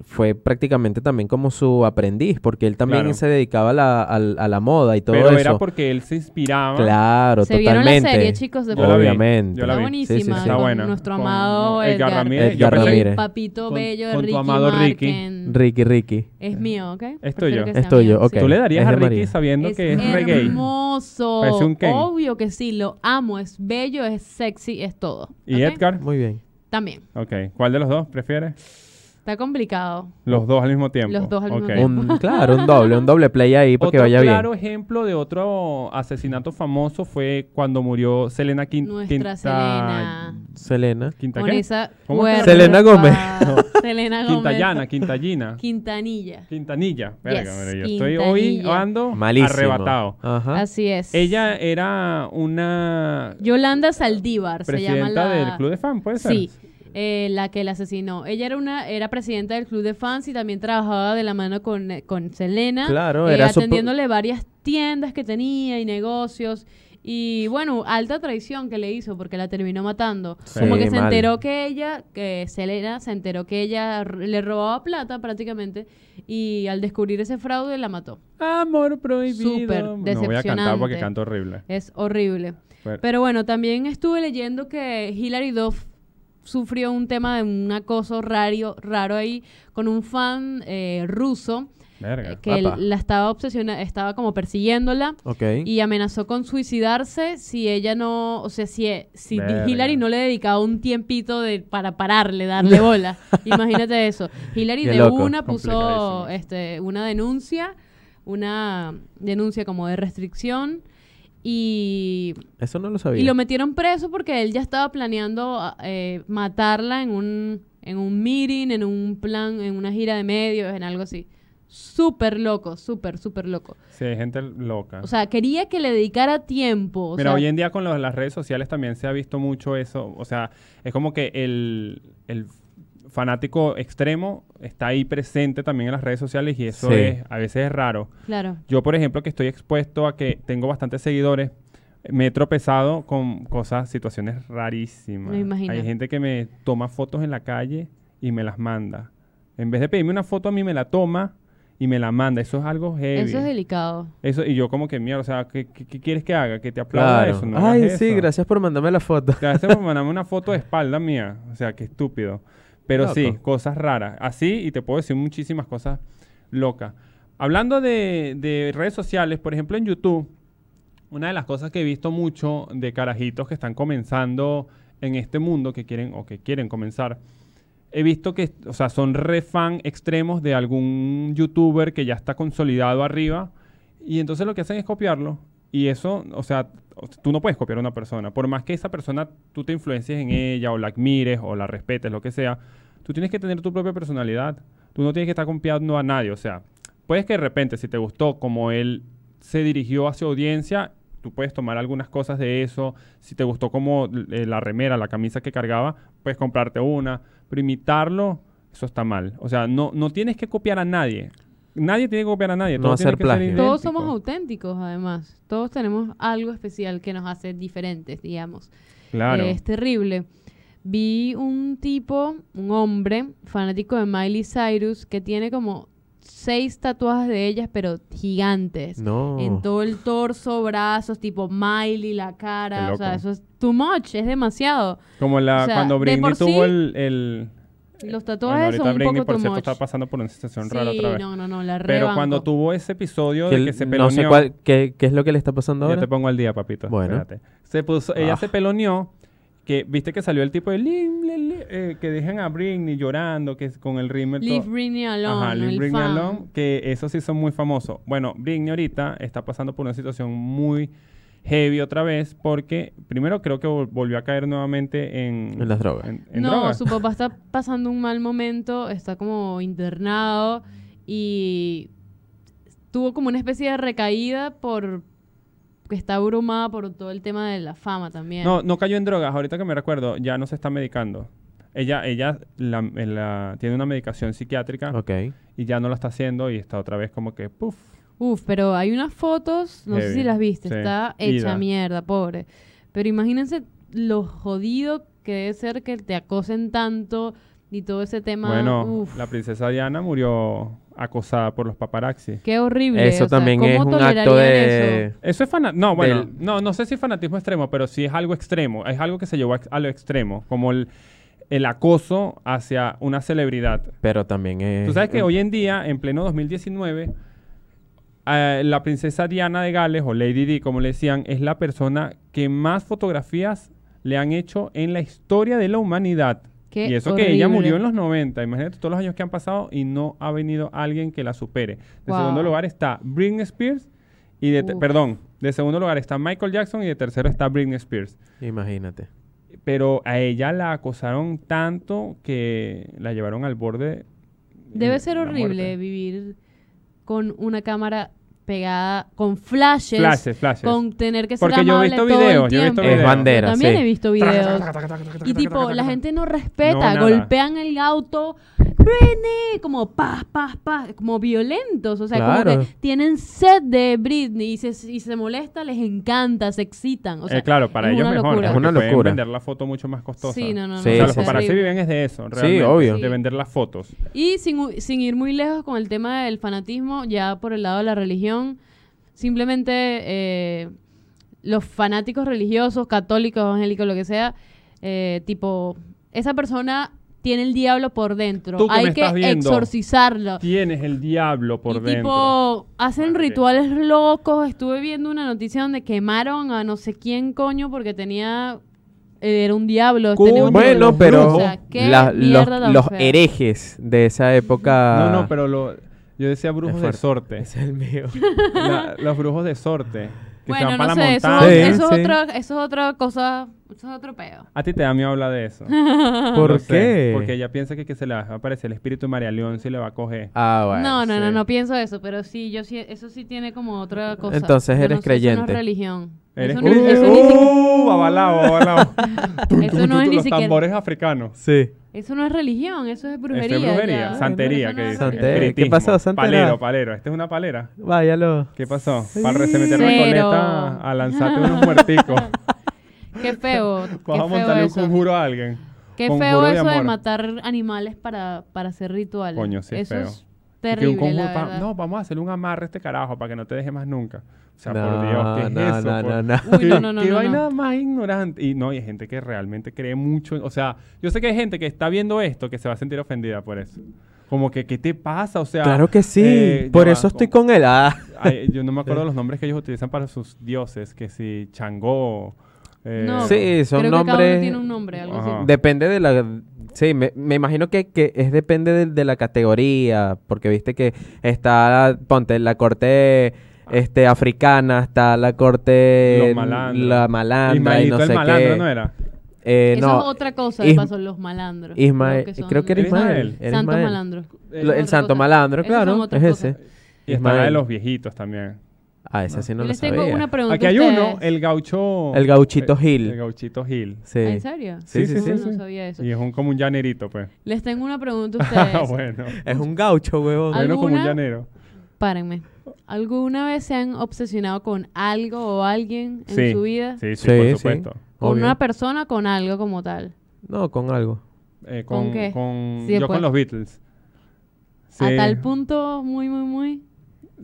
S1: fue prácticamente también como su aprendiz, porque él también
S3: Claro.
S1: se dedicaba a la, al- a la moda y todo
S3: Pero
S1: eso.
S3: era porque él se inspiraba.
S1: Claro,
S2: ¿Se vieron la
S1: totalmente.
S2: serie, chicos, de
S1: Yo
S3: Yo la vi,
S1: Obviamente.
S3: yo la
S2: Está
S3: vi.
S2: buenísima.
S1: Sí, sí, sí.
S2: Con
S1: Está
S3: buena.
S2: Nuestro
S3: Ah, Con
S2: amado
S3: Edgar
S2: Edgar,
S3: Ramírez.
S1: Edgar
S2: El
S3: Yo pensé-
S1: Ramírez.
S2: papito
S3: Con-
S2: bello de
S3: con tu
S2: Ricky
S3: amado Ricky.
S2: Marken.
S1: Ricky, Ricky.
S2: Es mío, ¿ok?
S3: Es
S2: Prefiero
S3: tuyo.
S2: que
S1: Es
S2: sea
S1: tuyo,
S2: mío,
S1: ok.
S2: sí.
S3: Tú le darías
S1: Es
S3: a
S1: de
S3: Ricky
S1: María.
S3: sabiendo que es reggae.
S2: hermoso.
S3: Parece un Ken.
S2: Obvio que sí, lo amo. Es bello, es sexy, es todo.
S3: ¿Y
S2: ¿ok?
S3: Edgar?
S1: Muy bien.
S2: También.
S3: Ok. ¿Cuál de los dos prefieres?
S2: Está complicado.
S3: Los dos al mismo tiempo.
S2: Los dos al mismo
S3: Ok.
S2: tiempo.
S1: Un, claro, un doble, un doble play ahí para que
S3: Otro
S1: vaya
S3: claro
S1: bien.
S3: ejemplo de otro asesinato famoso fue cuando murió Selena Quin-
S2: Nuestra
S3: Quinta.
S2: Selena.
S1: Selena.
S3: ¿Quinta
S2: Con
S3: qué?
S2: esa
S3: ¿Cómo se llama?
S2: cuerpa.
S1: Selena Gómez.
S2: Selena Gómez.
S3: Quintallana, Quintallina.
S2: Quintanilla.
S3: Quintanilla. Verga,
S2: Yes,
S3: mira, yo estoy hoy
S2: Quintanilla.
S3: ando
S1: Malísimo.
S3: Oh, arrebatado.
S1: Ajá.
S2: Así es.
S3: Ella era una
S2: Yolanda Saldívar se llama
S3: presidenta
S2: la...
S3: del club de fan, ¿puede ser?
S2: Sí, eh, la que la asesinó. Ella era una era presidenta del club de fans y también trabajaba de la mano con, eh, con Selena.
S1: Claro,
S2: eh,
S1: era su-
S2: atendiéndole varias tiendas que tenía y negocios. Y bueno, alta traición que le hizo porque la terminó matando.
S1: Sí,
S2: Como que se
S1: mal.
S2: enteró que ella, que Selena se enteró que ella r- le robaba plata prácticamente y al descubrir ese fraude la mató.
S3: Amor prohibido.
S2: Súper
S3: No voy a cantar porque
S2: decepcionante.
S3: canto horrible.
S2: Es horrible.
S3: Pero-
S2: Pero bueno, también estuve leyendo que Hilary Duff sufrió un tema de un acoso raro, raro ahí con un fan eh, ruso
S3: Verga.
S2: eh, que él-
S1: Apa.
S2: la estaba obsesionada, estaba como persiguiéndola
S1: Ok.
S2: y amenazó con suicidarse si ella no, o sea, si, si
S3: Verga.
S2: Hillary no le dedicaba un tiempito de, para pararle, darle bola. Imagínate eso. Hillary
S1: Qué
S2: de
S1: loco.
S2: una puso
S3: Complicadísimo.
S2: este, una denuncia una denuncia como de restricción y
S1: Eso no lo sabía.
S2: y lo metieron preso porque él ya estaba planeando a- eh, matarla en un, en un meeting, en un plan, en una gira de medios, en algo así. Súper loco, súper, súper loco.
S3: Sí, hay gente loca.
S2: O sea, quería que le dedicara tiempo. o
S3: Ah. Mira,
S2: sea,
S3: hoy en día con los- las redes sociales también se ha visto mucho eso. O sea, es como que el, el fanático extremo está ahí presente también en las redes sociales y eso
S1: Sí.
S3: es, a veces es raro.
S2: Claro.
S3: Yo, por ejemplo, que estoy expuesto a que tengo bastantes seguidores, me he tropezado con cosas, situaciones rarísimas.
S2: Me imagino.
S3: Hay gente que me toma fotos en la calle y me las manda. En vez de pedirme una foto, a mí me la toma y me la manda. Eso es algo heavy.
S2: Eso es delicado.
S3: Eso, y yo como que mierda, o sea, ¿qué, qué- qué quieres que haga? ¿Que te aplauda
S1: Claro.
S3: eso? No hagas
S1: Ay, sí,
S3: eso.
S1: gracias por mandarme la foto.
S3: Gracias por mandarme una foto de espalda mía. O sea, qué estúpido. Pero sí,
S1: Loco.
S3: cosas raras. Así, y te puedo decir muchísimas cosas locas. Hablando de, de redes sociales, por ejemplo, en YouTube, una de las cosas que he visto mucho de carajitos que están comenzando en este mundo, que quieren o que quieren comenzar, he visto que, o sea, son re fan extremos de algún youtuber que ya está consolidado arriba y entonces lo que hacen es copiarlo y eso, o sea, o sea, tú no puedes copiar a una persona, por más que esa persona tú te influencies en ella o la admires o la respetes, lo que sea, tú tienes que tener tu propia personalidad, tú no tienes que estar copiando a nadie, o sea, puedes que de repente si te gustó como él se dirigió hacia audiencia, tú puedes tomar algunas cosas de eso. Si te gustó como eh, la remera, la camisa que cargaba, puedes comprarte una. Pero imitarlo, eso está mal. O sea, no, no tienes que copiar a nadie. Nadie tiene que copiar a nadie.
S1: No
S3: Todo tiene
S1: hacer
S3: que ser
S1: plagio.
S2: Todos
S3: idéntico.
S2: somos auténticos, además. Todos tenemos algo especial que nos hace diferentes, digamos.
S3: Claro.
S2: Eh, es terrible. Vi un tipo, un hombre, fanático de Miley Cyrus, que tiene como seis tatuajes de ellas, pero gigantes.
S1: No.
S2: En todo el torso, brazos, tipo Miley, la cara.
S3: Qué
S2: O sea,
S3: loco.
S2: eso es too much, es demasiado.
S3: Como la,
S2: o sea,
S3: cuando
S2: de
S3: Britney
S2: por sí,
S3: tuvo el... el-
S2: Los
S3: bueno,
S2: tatuajes
S3: ahorita
S2: son un
S3: Britney,
S2: poco
S3: por
S2: too
S3: cierto,
S2: much.
S3: está pasando por una situación rara
S2: sí,
S3: otra vez.
S2: no, no, no, la
S3: Pero
S2: rebanco.
S3: cuando tuvo ese episodio
S1: Que
S3: de
S1: el-
S3: que se
S1: no sé
S3: peloneó-
S1: cuál, qué, qué es lo que le está pasando
S3: Yo
S1: ahora.
S3: te pongo al día, papito.
S1: Bueno.
S3: Espérate. Se puso, ella
S1: Ah.
S3: se peloneó. Que viste que salió el tipo de "Leave, le, le", eh, que dejan a Britney llorando, que es con el rimel.
S2: Leave Britney alone.
S3: Ajá, Leave
S2: el
S3: Britney
S2: fan.
S3: Alone, que eso sí son muy famosos. Bueno, Britney ahorita está pasando por una situación muy heavy otra vez, porque primero creo que vol- volvió a caer nuevamente en.
S1: En las drogas.
S3: en- en
S2: no,
S3: drogas.
S2: su papá está pasando un mal momento, está como internado y tuvo como una especie de recaída por que está abrumada por todo el tema de la fama también.
S3: No, no cayó en drogas. Ahorita que me recuerdo, ya no se está medicando. Ella, ella la- eh, la- tiene una medicación psiquiátrica
S1: Ok.
S3: y ya no la está haciendo y está otra vez como que, puff,
S2: Uf, pero hay unas fotos, no sé
S3: Heavy,
S2: si las viste,
S3: sí.
S2: está hecha
S3: Ida.
S2: mierda, pobre. Pero imagínense lo jodido que debe ser que te acosen tanto y todo ese tema.
S3: Bueno,
S2: Uf,
S3: la princesa Diana murió acosada por los paparazzi.
S2: qué horrible.
S1: Eso
S2: o sea,
S1: también
S2: ¿cómo
S1: es un acto
S2: tolerarían
S1: de...
S2: eso?
S3: Eso es fanatismo. No, bueno,
S1: Del-
S3: no, no sé si fanatismo extremo, pero sí es algo extremo. Es algo que se llevó a, a lo extremo, como el, el acoso hacia una celebridad.
S1: Pero también es...
S3: Tú sabes que hoy en día, en pleno 2019, eh, la princesa Diana de Gales, o Lady Di, como le decían, es la persona que más fotografías le han hecho en la historia de la humanidad.
S2: Qué
S3: y eso que ella
S2: horrible.
S3: murió en los 90. Imagínate todos los años que han pasado y no ha venido alguien que la supere. De
S2: Wow.
S3: segundo lugar está Britney Spears y de... te-
S2: Uf.
S3: Perdón. De segundo lugar está Michael Jackson y de tercero está Britney Spears.
S1: Imagínate.
S3: Pero a ella la acosaron tanto que la llevaron al borde.
S2: Debe
S3: de
S2: ser
S3: la
S2: horrible
S3: muerte.
S2: vivir con una cámara pegada, con flashes,
S3: Flashes, flashes.
S2: con tener que ser
S3: Porque yo he
S2: amable
S3: visto
S2: todo el
S3: videos, yo he visto
S2: tiempo.
S1: Es
S3: videos.
S1: bandera,
S2: Yo también
S1: sí.
S2: he visto videos. Y tipo, la gente no respeta,
S3: nada.
S2: golpean el auto, Britney, como paz, paz, paz, como violentos, o sea, como
S1: Claro.
S2: que tienen sed de Britney y se, y se molesta, les encanta, se excitan, o sea,
S3: Eh, claro, para
S2: es
S3: ellos
S2: una
S3: mejor.
S2: locura.
S1: Es una
S3: porque pueden
S1: locura.
S3: vender la foto mucho más costosa.
S2: Sí, no, no, no,
S1: Sí,
S3: o sea,
S2: es
S3: los
S1: sí, sí.
S3: paparazzi
S2: terrible.
S3: viven es de eso, realmente,
S1: obvio.
S3: De
S2: Sí.
S3: vender las fotos.
S2: Y sin, u- sin ir muy lejos con el tema del fanatismo, ya por el lado de la religión, simplemente eh, los fanáticos religiosos, católicos, evangélicos, lo que sea, eh, tipo, esa persona tiene el diablo por dentro.
S3: Tú que
S2: Hay
S3: me
S2: que
S3: estás viendo.
S2: exorcizarlo.
S3: Tienes el diablo por
S2: y
S3: dentro.
S2: tipo, hacen
S3: Madre.
S2: rituales locos. Estuve viendo una noticia donde quemaron a no sé quién coño porque tenía... eh, Era un diablo.
S3: Cu-
S2: tenía un
S1: Bueno,
S2: diablo.
S1: pero
S2: O sea, qué
S1: la-
S2: mierda
S1: los,
S2: tan
S1: los
S2: fea.
S1: herejes de esa época...
S3: No, no, pero lo, Yo decía brujos de
S1: Ah. fuerte.
S3: sorte.
S1: Ese es el mío.
S3: La- los brujos de sorte. Que se
S2: Bueno,
S3: van para
S2: no
S3: la
S2: sé, eso,
S3: montaña.
S1: Sí,
S2: eso
S1: sí.
S2: es otra, eso es otra cosa, eso es otro pedo.
S3: A ti te da miedo hablar de eso.
S1: ¿Por
S3: Lo sé,
S1: qué?
S3: porque ella piensa que, que se le va a aparecer el espíritu de María León si le va a coger.
S1: Ah, bueno.
S2: no, no, no,
S3: sí.
S2: no pienso eso, pero sí, yo sí, eso sí tiene como otra cosa.
S1: Entonces
S2: Yo
S1: eres
S2: no sé, eso no
S1: creyente.
S2: es religión.
S3: Eres
S2: Eso no, es- eso
S3: ¡Uh!
S2: ni si-
S3: abalao, abalao. Tum,
S2: Eso
S3: tum,
S2: no
S3: tum,
S2: es ni
S3: Los
S2: siquiera-
S3: tambores africanos.
S1: Sí.
S2: eso no es religión, eso es brujería.
S3: Eso es brujería,
S2: ya.
S3: santería.
S2: Eso
S3: que
S2: no es
S3: dicen,
S1: Santería.
S2: religión.
S1: ¿Qué pasó,
S3: espiritismo.
S1: santera?
S3: Palero, palero. Esta es una palera.
S1: Váyalo.
S3: ¿Qué pasó? Para resemeter
S2: Cero.
S3: Recoleta a lanzarte unos muerticos.
S2: Qué feo, qué
S3: Vas a
S2: feo
S3: montarle un
S2: eso.
S3: conjuro a alguien.
S2: Qué
S3: conjuro
S2: feo
S3: de
S2: eso de
S3: amor.
S2: matar animales para, para hacer rituales.
S3: Coño, sí es
S2: eso
S3: feo.
S2: es
S3: Y que un
S2: terrible, la
S3: conjuro pa-
S2: verdad.
S3: No, vamos a hacerle un amarre a este carajo para que no te deje más nunca. O sea,
S1: no,
S3: por Dios, ¿qué es
S1: no,
S3: eso?
S1: no,
S3: por-
S1: no, no.
S2: Uy,
S3: ¿Qué,
S2: no, no, no,
S3: qué
S2: no,
S3: vaina
S2: no.
S3: más ignorante. Y no, y hay gente que realmente cree mucho. en- O sea, yo sé que hay gente que está viendo esto que se va a sentir ofendida por eso. Como que, ¿qué te pasa? O sea.
S1: Claro que sí.
S3: eh, ya
S1: Por
S3: va,
S1: eso estoy
S3: como-
S1: con él. Ah.
S3: Ay, yo no me acuerdo los nombres que ellos utilizan para sus dioses. Que si Changó. eh,
S2: No,
S1: Sí, son
S2: Creo que cada uno
S1: nombres-
S2: tiene un nombre, algo así.
S3: Ajá.
S1: Depende de la... Sí, me, me imagino que, que es depende de, de la categoría, porque viste que está, ponte, la corte este africana, está la corte...
S3: Los malandros.
S1: La malandra y
S3: Ismaelito
S1: no
S3: el
S1: sé
S3: malandro,
S1: qué.
S3: ¿no era?
S1: Eh,
S2: Eso
S1: no,
S2: es otra cosa,
S1: Is-
S2: de paso, los malandros.
S1: Ismael, eh,
S2: Los son
S1: creo que era
S3: ¿Era Ismael?
S1: Ismael. era
S2: Santos
S1: Ismael.
S2: malandros.
S1: Lo-
S2: Otra
S1: el santo
S2: cosa.
S1: malandro,
S2: Esas son
S1: claro,
S2: otras
S1: es ese.
S2: cosas.
S3: Y está la de
S1: Ismael.
S3: los viejitos también.
S1: Ah, ese sí no
S2: Yo
S1: lo
S2: les tengo
S1: sabía.
S2: una pregunta.
S3: Aquí
S2: a
S3: hay uno, eh,
S2: ustedes.
S3: el gaucho.
S1: El gauchito
S3: eh,
S1: Gil.
S3: El gauchito Gil.
S1: Sí.
S2: ¿Ah, ¿En serio?
S1: Sí,
S3: Sí,
S1: sí,
S2: Uy,
S1: sí.
S3: sí,
S2: no
S3: sí.
S2: sabía eso.
S3: Y es un, como un llanerito, pues.
S2: Les tengo una pregunta a
S3: Ah,
S2: ustedes.
S3: bueno.
S1: Es un gaucho, huevón.
S2: Al-
S3: Bueno, como un
S2: ¿Alguna?
S3: llanero.
S2: Párenme. ¿Alguna vez se han obsesionado con algo o alguien en
S3: Sí.
S2: su vida?
S3: Sí, sí,
S1: Sí,
S3: por
S1: sí.
S3: supuesto.
S2: ¿Con
S1: Obvio.
S2: una persona o con algo como tal?
S1: No, con algo.
S3: Eh,
S2: ¿Con
S3: con,
S2: qué?
S3: con-
S2: Sí,
S3: yo
S2: pues.
S3: con los Beatles.
S2: A
S3: Sí.
S2: tal punto, muy, muy, muy.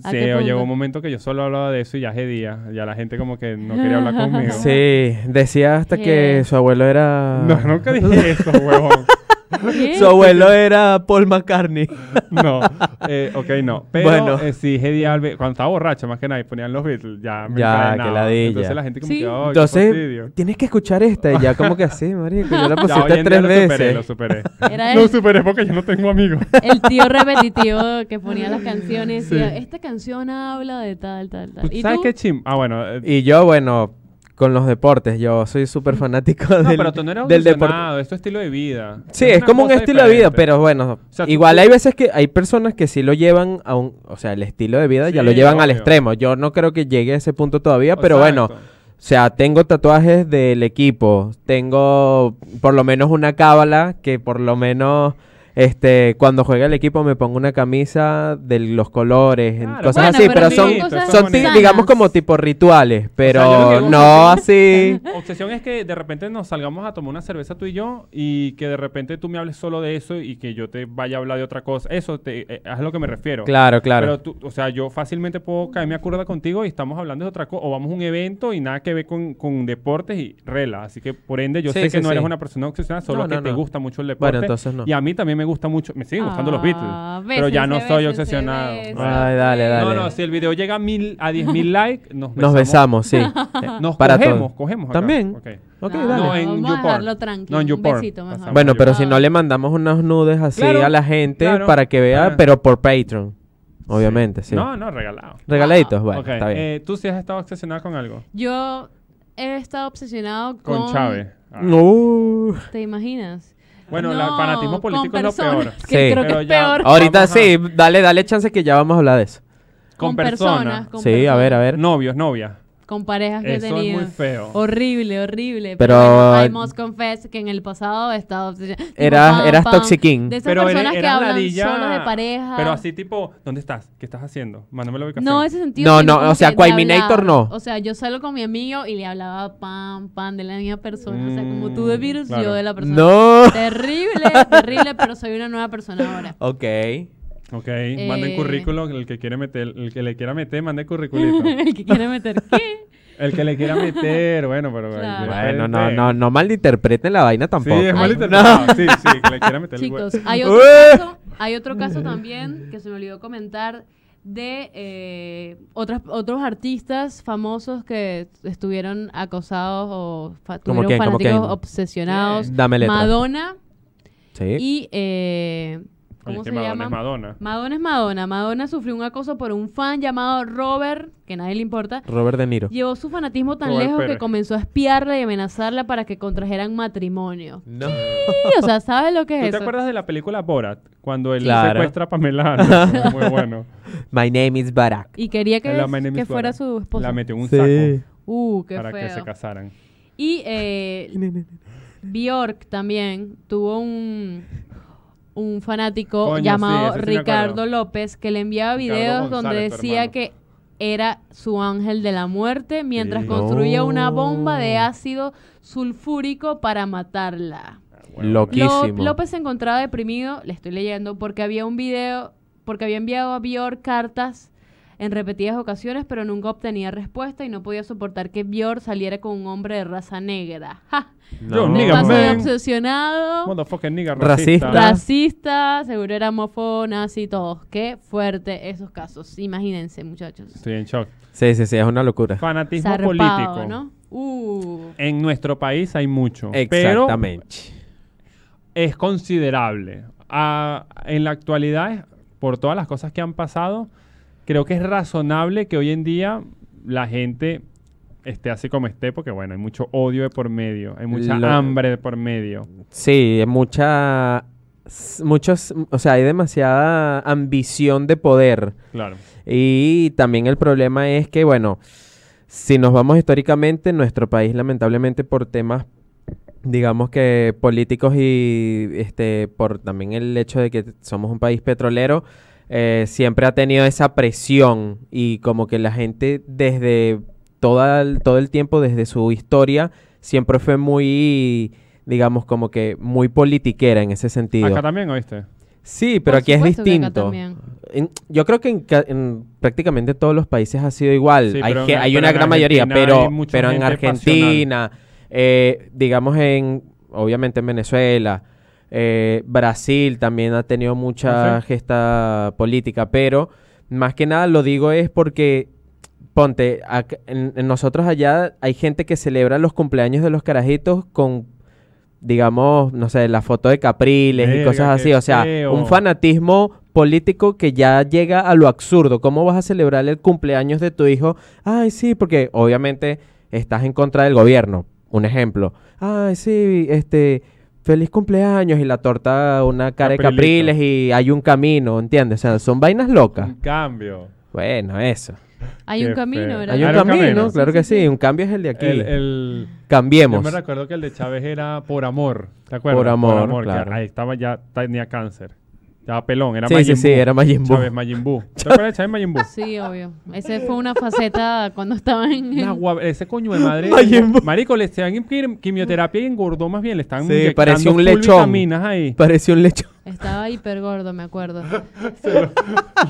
S2: ¿A
S3: Sí,
S2: qué
S3: o
S2: punto?
S3: llegó un momento que yo solo hablaba de eso y ya es día. Ya la gente como que no quería hablar conmigo.
S1: Sí, decía hasta que
S2: Yes.
S1: su abuelo era...
S3: No, nunca dije eso, huevón.
S2: ¿Qué?
S1: Su abuelo era Paul McCartney.
S3: No, eh, ok, no. Pero
S1: Bueno.
S3: eh, sí, dije día al Be- cuando estaba borracho, más que nada, y ponían los Beatles, ya me
S1: Ya,
S3: encadenaba.
S1: que ladilla.
S3: Entonces la gente como
S2: Sí.
S3: que, "Ay, qué fastidio".
S1: Entonces, tienes que escuchar esta. Y ya como que así, marico. Yo
S3: Ya,
S1: la
S3: hoy
S1: pusiste
S3: en día
S1: tres veces.
S3: Lo superé, lo superé.
S2: Era
S3: Lo
S2: el,
S3: superé porque yo no tengo amigos.
S2: el tío repetitivo que ponía las canciones y decía,
S3: Sí.
S2: esta canción habla de tal, tal, tal.
S3: ¿Tú
S2: ¿Y
S3: ¿Sabes
S2: tú?
S3: qué chim? Ah, bueno. eh,
S1: Y yo, bueno, con los deportes. Yo soy súper fanático
S3: no,
S1: del,
S3: pero tú no eres
S1: del deporte.
S3: obsesionado, es tu estilo de vida.
S1: Sí, es
S3: una
S1: como un
S3: cosa
S1: estilo de vida,
S3: diferente.
S1: pero bueno,
S3: sea, tú-
S1: igual hay veces que hay personas que sí lo llevan a un, o sea, el estilo de vida ya lo
S3: Sí,
S1: llevan al
S3: obvio.
S1: extremo. Yo no creo que llegue a ese punto todavía, pero bueno,
S3: Exacto.
S1: o sea, tengo tatuajes del equipo, tengo por lo menos una cábala que por lo menos este cuando juega el equipo me pongo una camisa de los colores, en
S3: Claro,
S1: cosas
S2: Bueno,
S1: así,
S2: pero
S1: pero,
S2: sí,
S1: son
S2: bonito, eso es
S1: son ti-
S2: bonito.
S1: digamos como
S2: Sanas.
S1: tipo rituales, pero
S3: yo creo que-
S1: no así.
S3: Obsesión es que de repente nos salgamos a tomar una cerveza tú y yo y que de repente tú me hables solo de eso y que yo te vaya a hablar de otra cosa. Eso te, eh, es a lo que me refiero.
S1: Claro, claro.
S3: Pero tú, o sea, yo fácilmente puedo caerme a curda contigo y estamos hablando de otra cosa. O vamos a un evento y nada que ver con, con deportes y rela. Así que, por ende, yo
S1: Sí,
S3: sé que
S1: sí,
S3: no eres
S1: sí.
S3: una persona obsesionada, solo
S1: No,
S3: que
S1: no,
S3: te
S1: no.
S3: gusta mucho el deporte.
S1: Bueno, entonces no.
S3: Y a mí también me gusta mucho, me siguen gustando los Beatles.
S2: Ah,
S3: pero ya no
S2: bésense,
S3: soy
S2: bésense,
S3: obsesionado.
S2: bésense.
S1: Ay, Ah, dale, dale.
S3: No, no, si el video llega a, mil, a 10.000 likes, nos besamos.
S1: Nos besamos, sí.
S3: Nos
S1: Para todo.
S3: cogemos, cogemos acá.
S1: También.
S3: Ok.
S1: Ok,
S2: No,
S1: dale.
S3: No, en
S2: vamos a
S3: YouPorn.
S2: dejarlo tranquilo.
S3: No, en
S2: Un
S3: YouPorn.
S2: besito mejor.
S3: Pasamos.
S1: Bueno, pero
S2: Ah.
S1: si no le mandamos unos nudes así
S3: Claro,
S1: a la gente
S3: claro.
S1: para que vea,
S3: Ah.
S1: pero por Patreon. Obviamente, sí.
S3: No, no, regalado.
S1: Regaladitos, bueno,
S3: Ok,
S1: está bien.
S3: eh, ¿Tú sí has estado obsesionado con algo?
S2: Yo he estado obsesionado con...
S3: Con Chávez. Ah.
S1: Uh.
S2: ¿Te imaginas?
S3: Bueno, la- el fanatismo
S2: con
S3: político es lo
S2: personas,
S3: peor.
S2: Que
S1: Sí.
S2: creo que
S3: Pero
S2: es
S3: ya-
S2: peor.
S3: Ah,
S1: Ahorita
S3: Vamos a-
S1: sí, dale, dale chance que ya vamos a hablar de eso.
S3: Con personas.
S2: con
S1: sí, a ver, a ver.
S3: Novios, novias.
S2: Con parejas que
S3: Eso
S2: he
S3: es
S2: tenido.
S3: muy feo.
S2: Horrible, horrible.
S1: Pero-
S2: Pero, bueno, I must confess que en el pasado he estado obsesionada. Tipo,
S1: Eras-
S2: pam,
S1: eras
S2: pam,
S1: toxiquín.
S2: De esas
S3: Pero eres-
S2: personas que
S3: eras
S2: hablan
S3: ladilla,
S2: solo de pareja.
S3: Pero así tipo, ¿dónde estás? ¿Qué estás haciendo? Mándame la ubicación.
S2: No, ese sentido.
S1: No,
S2: sino
S1: no,
S2: como
S1: o sea,
S2: que de
S1: Quaiminator
S2: hablar.
S1: no.
S2: O sea, yo salgo con mi amigo y le hablaba pam, pam de la misma persona. o sea, como tú de
S3: Mm,
S2: virus,
S3: claro.
S2: yo de la persona.
S1: No.
S2: Terrible, terrible, pero soy una nueva persona ahora.
S1: Ok.
S3: Ok, manden
S2: Eh.
S3: currículo. El que quiere meter, el que le quiera meter, mande currículito.
S2: El que quiere meter qué.
S3: el que le quiera meter, bueno, pero...
S2: Claro.
S1: Bueno, no, no, no malinterpreten la vaina
S3: Sí,
S1: tampoco.
S3: es
S2: Ay,
S3: mal
S1: no.
S3: Sí, sí, que le quiera meter el
S2: Chicos, ah,
S3: hue-
S2: hay otro,
S1: ¡Eh!
S2: caso, hay otro caso también que se me olvidó comentar de eh, otras, otros artistas famosos que estuvieron acosados o fa-
S1: ¿Cómo
S2: tuvieron
S1: quién? ¿Cómo
S2: fanáticos
S1: quién?
S2: obsesionados.
S1: Dame letra.
S2: Madonna
S1: Sí.
S2: y eh, ¿Cómo
S3: Oye, que
S2: se
S3: Madonna
S2: llama?
S3: es Madonna.
S2: Madonna es Madonna. Madonna sufrió un acoso por un fan llamado Robert, que a nadie le importa.
S1: Robert De Niro.
S2: Llevó su fanatismo tan
S3: Robert
S2: lejos
S3: Pérez.
S2: que comenzó a espiarla y amenazarla para que contrajeran matrimonio.
S1: No.
S2: Sí, o sea, ¿sabes lo que
S3: ¿Tú
S2: es
S3: te
S2: eso?
S3: acuerdas de la película Borat? Cuando él
S1: Claro.
S3: secuestra a Pamela Anderson. Es Muy bueno.
S1: My name is Barack.
S2: Y quería que,
S3: La My Name
S2: que
S3: is
S2: fuera
S3: Borat.
S2: su esposa.
S3: La metió en un
S1: Sí.
S3: saco
S2: Uh, qué
S3: para
S2: feo.
S3: que se casaran.
S2: Y eh, Bjork también tuvo un, un fanático
S3: Coño, sí,
S2: llamado
S3: ese sí me
S2: Ricardo
S3: acuerdo.
S2: López que le enviaba
S3: Ricardo
S2: videos
S3: González,
S2: donde
S3: tu
S2: decía
S3: hermano.
S2: que era su ángel de la muerte mientras
S3: Sí.
S2: construía una
S1: No.
S2: bomba de ácido sulfúrico para matarla.
S3: Ah,
S2: Lo-
S1: Loquísimo.
S2: López se encontraba deprimido, le estoy leyendo, porque había un video, porque había enviado a Bjork cartas en repetidas ocasiones, pero nunca obtenía respuesta y no podía soportar que Bjork saliera con un hombre de raza negra. ¡Ja!
S3: Yo,
S1: No.
S3: nigga,
S2: Paso de
S3: man.
S2: obsesionado,
S3: Motherfucking nigga
S1: Racista.
S3: racista.
S2: racista, seguro era homófobo, nazi, todos. Qué fuerte esos casos. Imagínense, muchachos.
S3: Estoy en shock.
S1: Sí, sí, sí, es una locura.
S3: Fanatismo
S2: Zarpado,
S3: político.
S2: ¿no? Uh,
S3: En nuestro país hay mucho. Pero
S1: Exactamente.
S3: es considerable. Ah, en la actualidad, por todas las cosas que han pasado, creo que es razonable que hoy en día la gente esté así como esté, porque bueno, hay mucho odio de por medio, hay mucha
S1: Lo-
S3: hambre de por medio.
S1: Sí, hay mucha... s- Muchos, o sea, hay demasiada ambición de poder.
S3: Claro.
S1: Y también el problema es que, bueno, si nos vamos históricamente, nuestro país lamentablemente por temas, digamos que políticos y este, por también el hecho de que somos un país petrolero, eh, siempre ha tenido esa presión y como que la gente desde toda el- todo el tiempo, desde su historia, siempre fue muy, digamos, como que muy politiquera en ese sentido.
S3: Acá también, ¿oíste?
S1: Sí, pero
S2: Por
S1: aquí es
S2: supuesto que acá
S1: distinto.
S2: también.
S1: En- yo creo que en, ca- en prácticamente todos los países ha sido igual.
S3: Sí,
S1: hay,
S3: pero
S1: ge-
S3: en-
S1: hay
S3: pero
S1: una
S3: en
S1: gran mayoría,
S3: Argentina
S1: pero,
S3: hay mucha
S1: pero en
S3: gente
S1: Argentina, eh, digamos en, obviamente en Venezuela, eh, Brasil también ha tenido mucha
S3: No sé.
S1: gesta política, pero más que nada lo digo es porque, ponte, ac- en- en nosotros allá hay gente que celebra los cumpleaños de los carajitos con digamos, no sé, la foto de Capriles y
S3: Verga,
S1: cosas así.
S3: qué
S1: O sea,
S3: feo.
S1: un fanatismo político que ya llega a lo absurdo. ¿Cómo vas a celebrar el cumpleaños de tu hijo? Ay, sí, porque obviamente estás en contra del gobierno. Un ejemplo. Ay, sí, este, feliz cumpleaños y la torta, una cara
S3: Caprilito.
S1: de Capriles y hay un camino, ¿entiendes? O sea, son vainas locas.
S3: Un cambio.
S1: Bueno, eso.
S2: Hay un
S3: Qué
S2: camino,
S3: feo.
S2: ¿verdad?
S1: Hay un
S3: Hay un
S1: camino,
S3: camino.
S1: claro
S2: Sí,
S1: que
S2: sí,
S1: sí.
S2: sí.
S1: Un cambio es el de aquí.
S3: El- el- yo
S1: Cambiemos.
S3: me recuerdo que el de Chávez era por amor. ¿Te acuerdas?
S1: Por amor,
S3: que
S1: claro.
S3: ahí estaba ya, tenía cáncer. Estaba pelón, era
S1: Sí,
S3: Majin
S1: sí, sí,
S3: Buu.
S1: era Majin Buu.
S3: Chávez Majin Buu. ¿Te acuerdas de Chávez Majin Buu?
S2: Sí, obvio. Ese fue una faceta cuando estaba en...
S3: Una guab- ese coño de madre.
S1: Majin Buu.
S3: Marico, le están en quim- quimioterapia y engordó más bien. Le están
S1: Sí,
S3: inyectando
S1: parecía un
S3: full
S1: lechón.
S3: vitaminas ahí.
S1: Pareció un lechón.
S2: Estaba hiper gordo, me acuerdo.
S3: Se lo,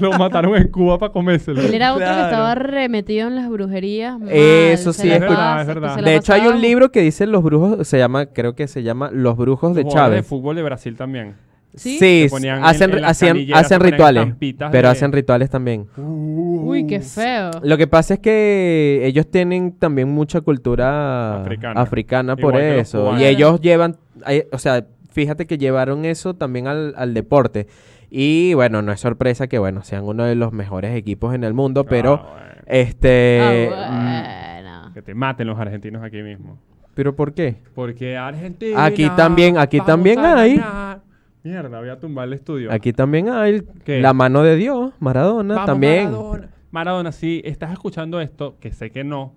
S3: lo mataron en Cuba para comérselo.
S2: Él era otro que
S1: Claro.
S2: estaba remetido en las brujerías. mal,
S1: Eso
S2: se
S1: sí,
S2: la
S1: es
S2: pasa-
S3: verdad, es verdad.
S2: se la
S1: De hecho, hay
S2: pasaba-
S1: un libro que dice Los Brujos, se llama, creo que se llama Los Brujos de
S3: Los jugadores de
S1: Chávez.
S3: fútbol de Brasil también.
S2: ¿Sí?
S1: Sí,
S3: Se ponían
S1: hacen,
S3: en- en las
S1: hacían,
S3: canilleras,
S1: hacen
S3: se ponían
S1: rituales,
S3: estampitas
S1: pero
S3: de-
S1: hacen rituales también.
S2: Uy, qué feo.
S1: Lo que pasa es que ellos tienen también mucha cultura
S3: Africana.
S1: africana, por
S3: Igual que los
S1: eso.
S3: cubanos.
S1: Y ellos llevan, ay, o sea, fíjate que llevaron eso también al, al deporte. Y bueno, no es sorpresa que, bueno, sean uno de los mejores equipos en el mundo, pero,
S3: Ah, bueno.
S1: este...
S3: Eh,
S1: mm,
S2: Ah, bueno.
S3: Que te maten los argentinos aquí mismo.
S1: ¿Pero por qué?
S3: Porque Argentina.
S1: Aquí también- aquí
S3: vamos
S1: también
S3: a
S1: hay.
S3: ganar. Mierda, voy a tumbar el estudio.
S1: Aquí también hay
S3: ¿Qué?
S1: la mano de Dios, Maradona,
S3: Vamos,
S1: también.
S3: Maradona. Maradona, si estás escuchando esto, que sé que no.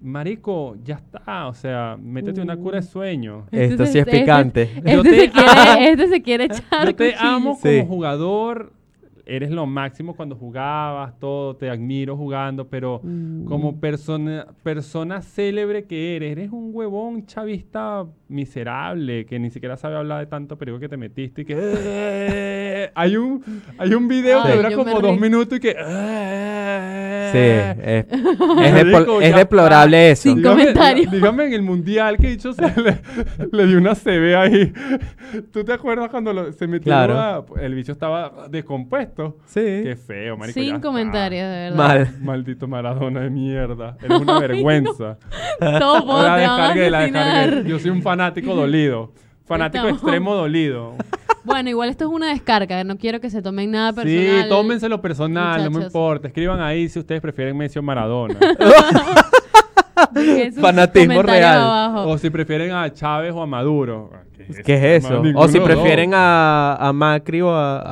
S3: Marico, ya está. O sea, métete una cura de
S1: Mm.
S3: sueño.
S1: Esto
S2: Entonces,
S1: sí es
S2: este-
S1: picante.
S2: Este,
S3: Yo
S2: se
S3: te amo.
S2: quiere, este se quiere echar
S3: Yo te
S2: cuchillo.
S3: amo
S1: Sí.
S3: como jugador. Eres lo máximo cuando jugabas, todo, te admiro jugando, pero
S1: Mm.
S3: como persona, persona célebre que eres, eres un huevón chavista miserable que ni siquiera sabe hablar de tanto periódico que te metiste y que "Eh". hay un hay un video que
S2: Ay,
S3: dura
S2: yo me
S3: como dos
S2: ri-
S3: minutos y que
S1: Sí,
S3: "Eh".
S1: es, es depo-
S3: Marico,
S1: es
S3: ya
S1: deplorable eso.
S2: Sin comentario.
S3: Dígame en el mundial que dicho se le, le dio una CB ahí. ¿Tú te acuerdas cuando lo- se metió
S1: Claro.
S3: a- el bicho estaba descompuesto? Qué
S1: Sí.
S3: feo, marico. ya
S2: Sin
S3: está.
S2: comentarios, de verdad.
S1: Mal.
S3: Maldito Maradona de mierda. Eres una
S2: Ay,
S3: vergüenza.
S2: Todos te
S3: La
S2: van a
S3: descargué, la
S2: asesinar.
S3: descargué. Yo soy un fanático dolido. Fanático
S2: Estamos-
S3: extremo dolido.
S2: Bueno, igual esto es una descarga, no quiero que se tomen nada personal.
S3: Sí, tómenselo personal, no me
S2: Muchachos.
S3: importa. Escriban ahí si ustedes prefieren Messi o Maradona.
S2: Dejen sus
S1: Fanatismo
S2: comentarios
S1: real.
S2: abajo.
S3: o si prefieren a Chávez o a Maduro.
S1: ¿Qué es
S3: Este
S1: eso?
S3: Ninguno
S1: O si
S3: de los dos.
S1: prefieren a, a Macri o a...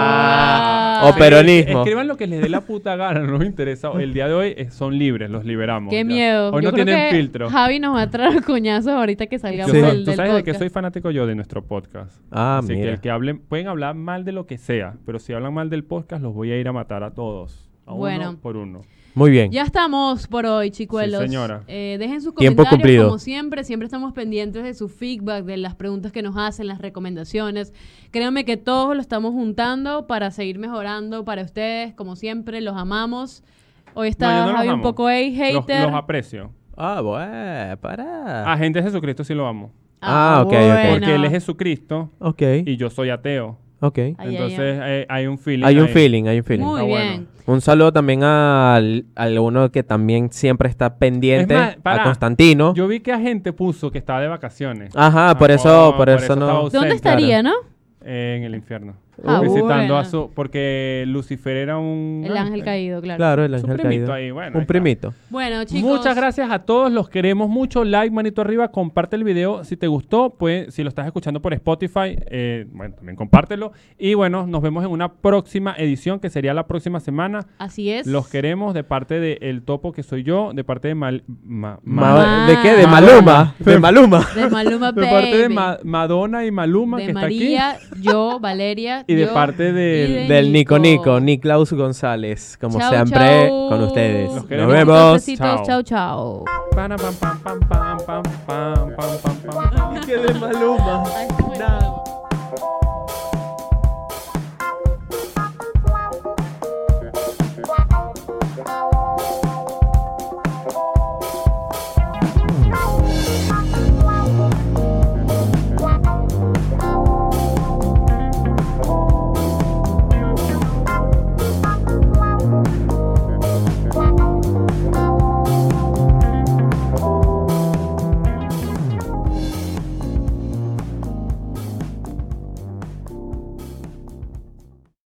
S1: Ah.
S2: Ah.
S1: O peronismo.
S3: Escriban lo que les dé la puta gana, no nos interesa. El día de hoy eh, son libres, los liberamos.
S2: Qué
S3: ya.
S2: miedo.
S3: Hoy
S2: Yo
S3: no
S2: creo
S3: tienen
S2: que
S3: filtro.
S2: Javi nos va a traer los coñazos ahorita que
S3: Yo
S2: salgamos
S1: Sí.
S3: soy-
S2: del,
S3: Tú
S2: del
S3: sabes de qué
S2: podcast.
S3: soy fanático yo de nuestro podcast.
S1: Ah,
S3: Así que
S1: mira.
S3: el que hablen, pueden hablar mal de lo que sea, pero si hablan mal del podcast, los voy a ir a matar a todos. A
S2: Bueno.
S3: uno por uno.
S1: Muy bien.
S2: Ya estamos por hoy, chicuelos.
S3: Sí, señora.
S2: Eh, dejen sus
S1: Tiempo
S2: comentarios
S1: cumplido.
S2: como siempre. Siempre estamos pendientes de su feedback, de las preguntas que nos hacen, las recomendaciones. Créanme que todos lo estamos juntando para seguir mejorando para ustedes. Como siempre, los amamos. Hoy
S3: No, yo
S2: está
S3: no los
S2: Javi un
S3: amo.
S2: poco hey,
S3: Los,
S2: hater.
S3: los aprecio.
S1: Ah, bueno, para.
S3: A gente de Jesucristo sí lo amo.
S1: Ah, ok, ok.
S3: Porque él es
S2: Jesús.
S3: Jesucristo
S1: ok,
S3: y yo soy ateo.
S1: ok.
S2: Ay, ay,
S3: Entonces eh, hay un feeling.
S1: Hay un
S3: ahí.
S1: feeling, hay un feeling.
S2: Muy
S3: Ah, bueno.
S2: bien.
S1: Un saludo también al, al uno que también siempre está pendiente,
S3: Es más,
S1: a
S3: pará.
S1: Constantino.
S3: Yo vi que a gente puso que estaba de vacaciones.
S1: Ajá, por
S3: Ah,
S1: eso,
S3: no,
S1: por,
S3: por
S1: eso,
S3: eso
S1: no.
S3: estaba-
S2: ¿Dónde
S3: Sí,
S2: estaría, no?
S3: Eh, en el infierno.
S2: Ah,
S3: visitando
S2: bueno.
S3: a su. Porque Lucifer era un.
S2: El ángel caído, claro.
S1: Claro, el
S3: Su
S1: ángel
S3: primito
S1: caído.
S3: ahí, bueno, ahí
S1: un
S3: está.
S1: primito.
S2: Bueno, chicos.
S3: Muchas gracias a todos, los queremos mucho. Like, manito arriba, comparte el video si te gustó. Pues, si lo estás escuchando por Spotify, eh, bueno, también compártelo. Y bueno, nos vemos en una próxima edición que sería la próxima semana.
S2: Así es.
S3: Los queremos de parte de El Topo, que soy yo, de parte de Mal. Ma-
S1: Ma-
S3: Ma-
S2: Ma-
S1: ¿De qué? De Maluma. De Maluma.
S2: De Maluma
S3: de
S2: Baby.
S3: parte de Ma- Madonna y Maluma,
S2: de
S3: que está
S2: María, yo, Valeria.
S3: aquí. Y de
S2: yo.
S3: parte de.
S2: de-
S1: Del Nico Nico,
S2: Nico.
S1: Nicklaus González, como
S2: Chao,
S1: siempre,
S2: chao.
S1: con ustedes.
S3: Los
S1: Nos
S3: queremos.
S1: vemos.
S2: Besitos,
S3: Chao.
S2: Chao, chao.
S3: Pam, pam, pam, pam, pam, pam, pam, pam, pam, pam.
S1: Que de Maluma.
S4: Thank you.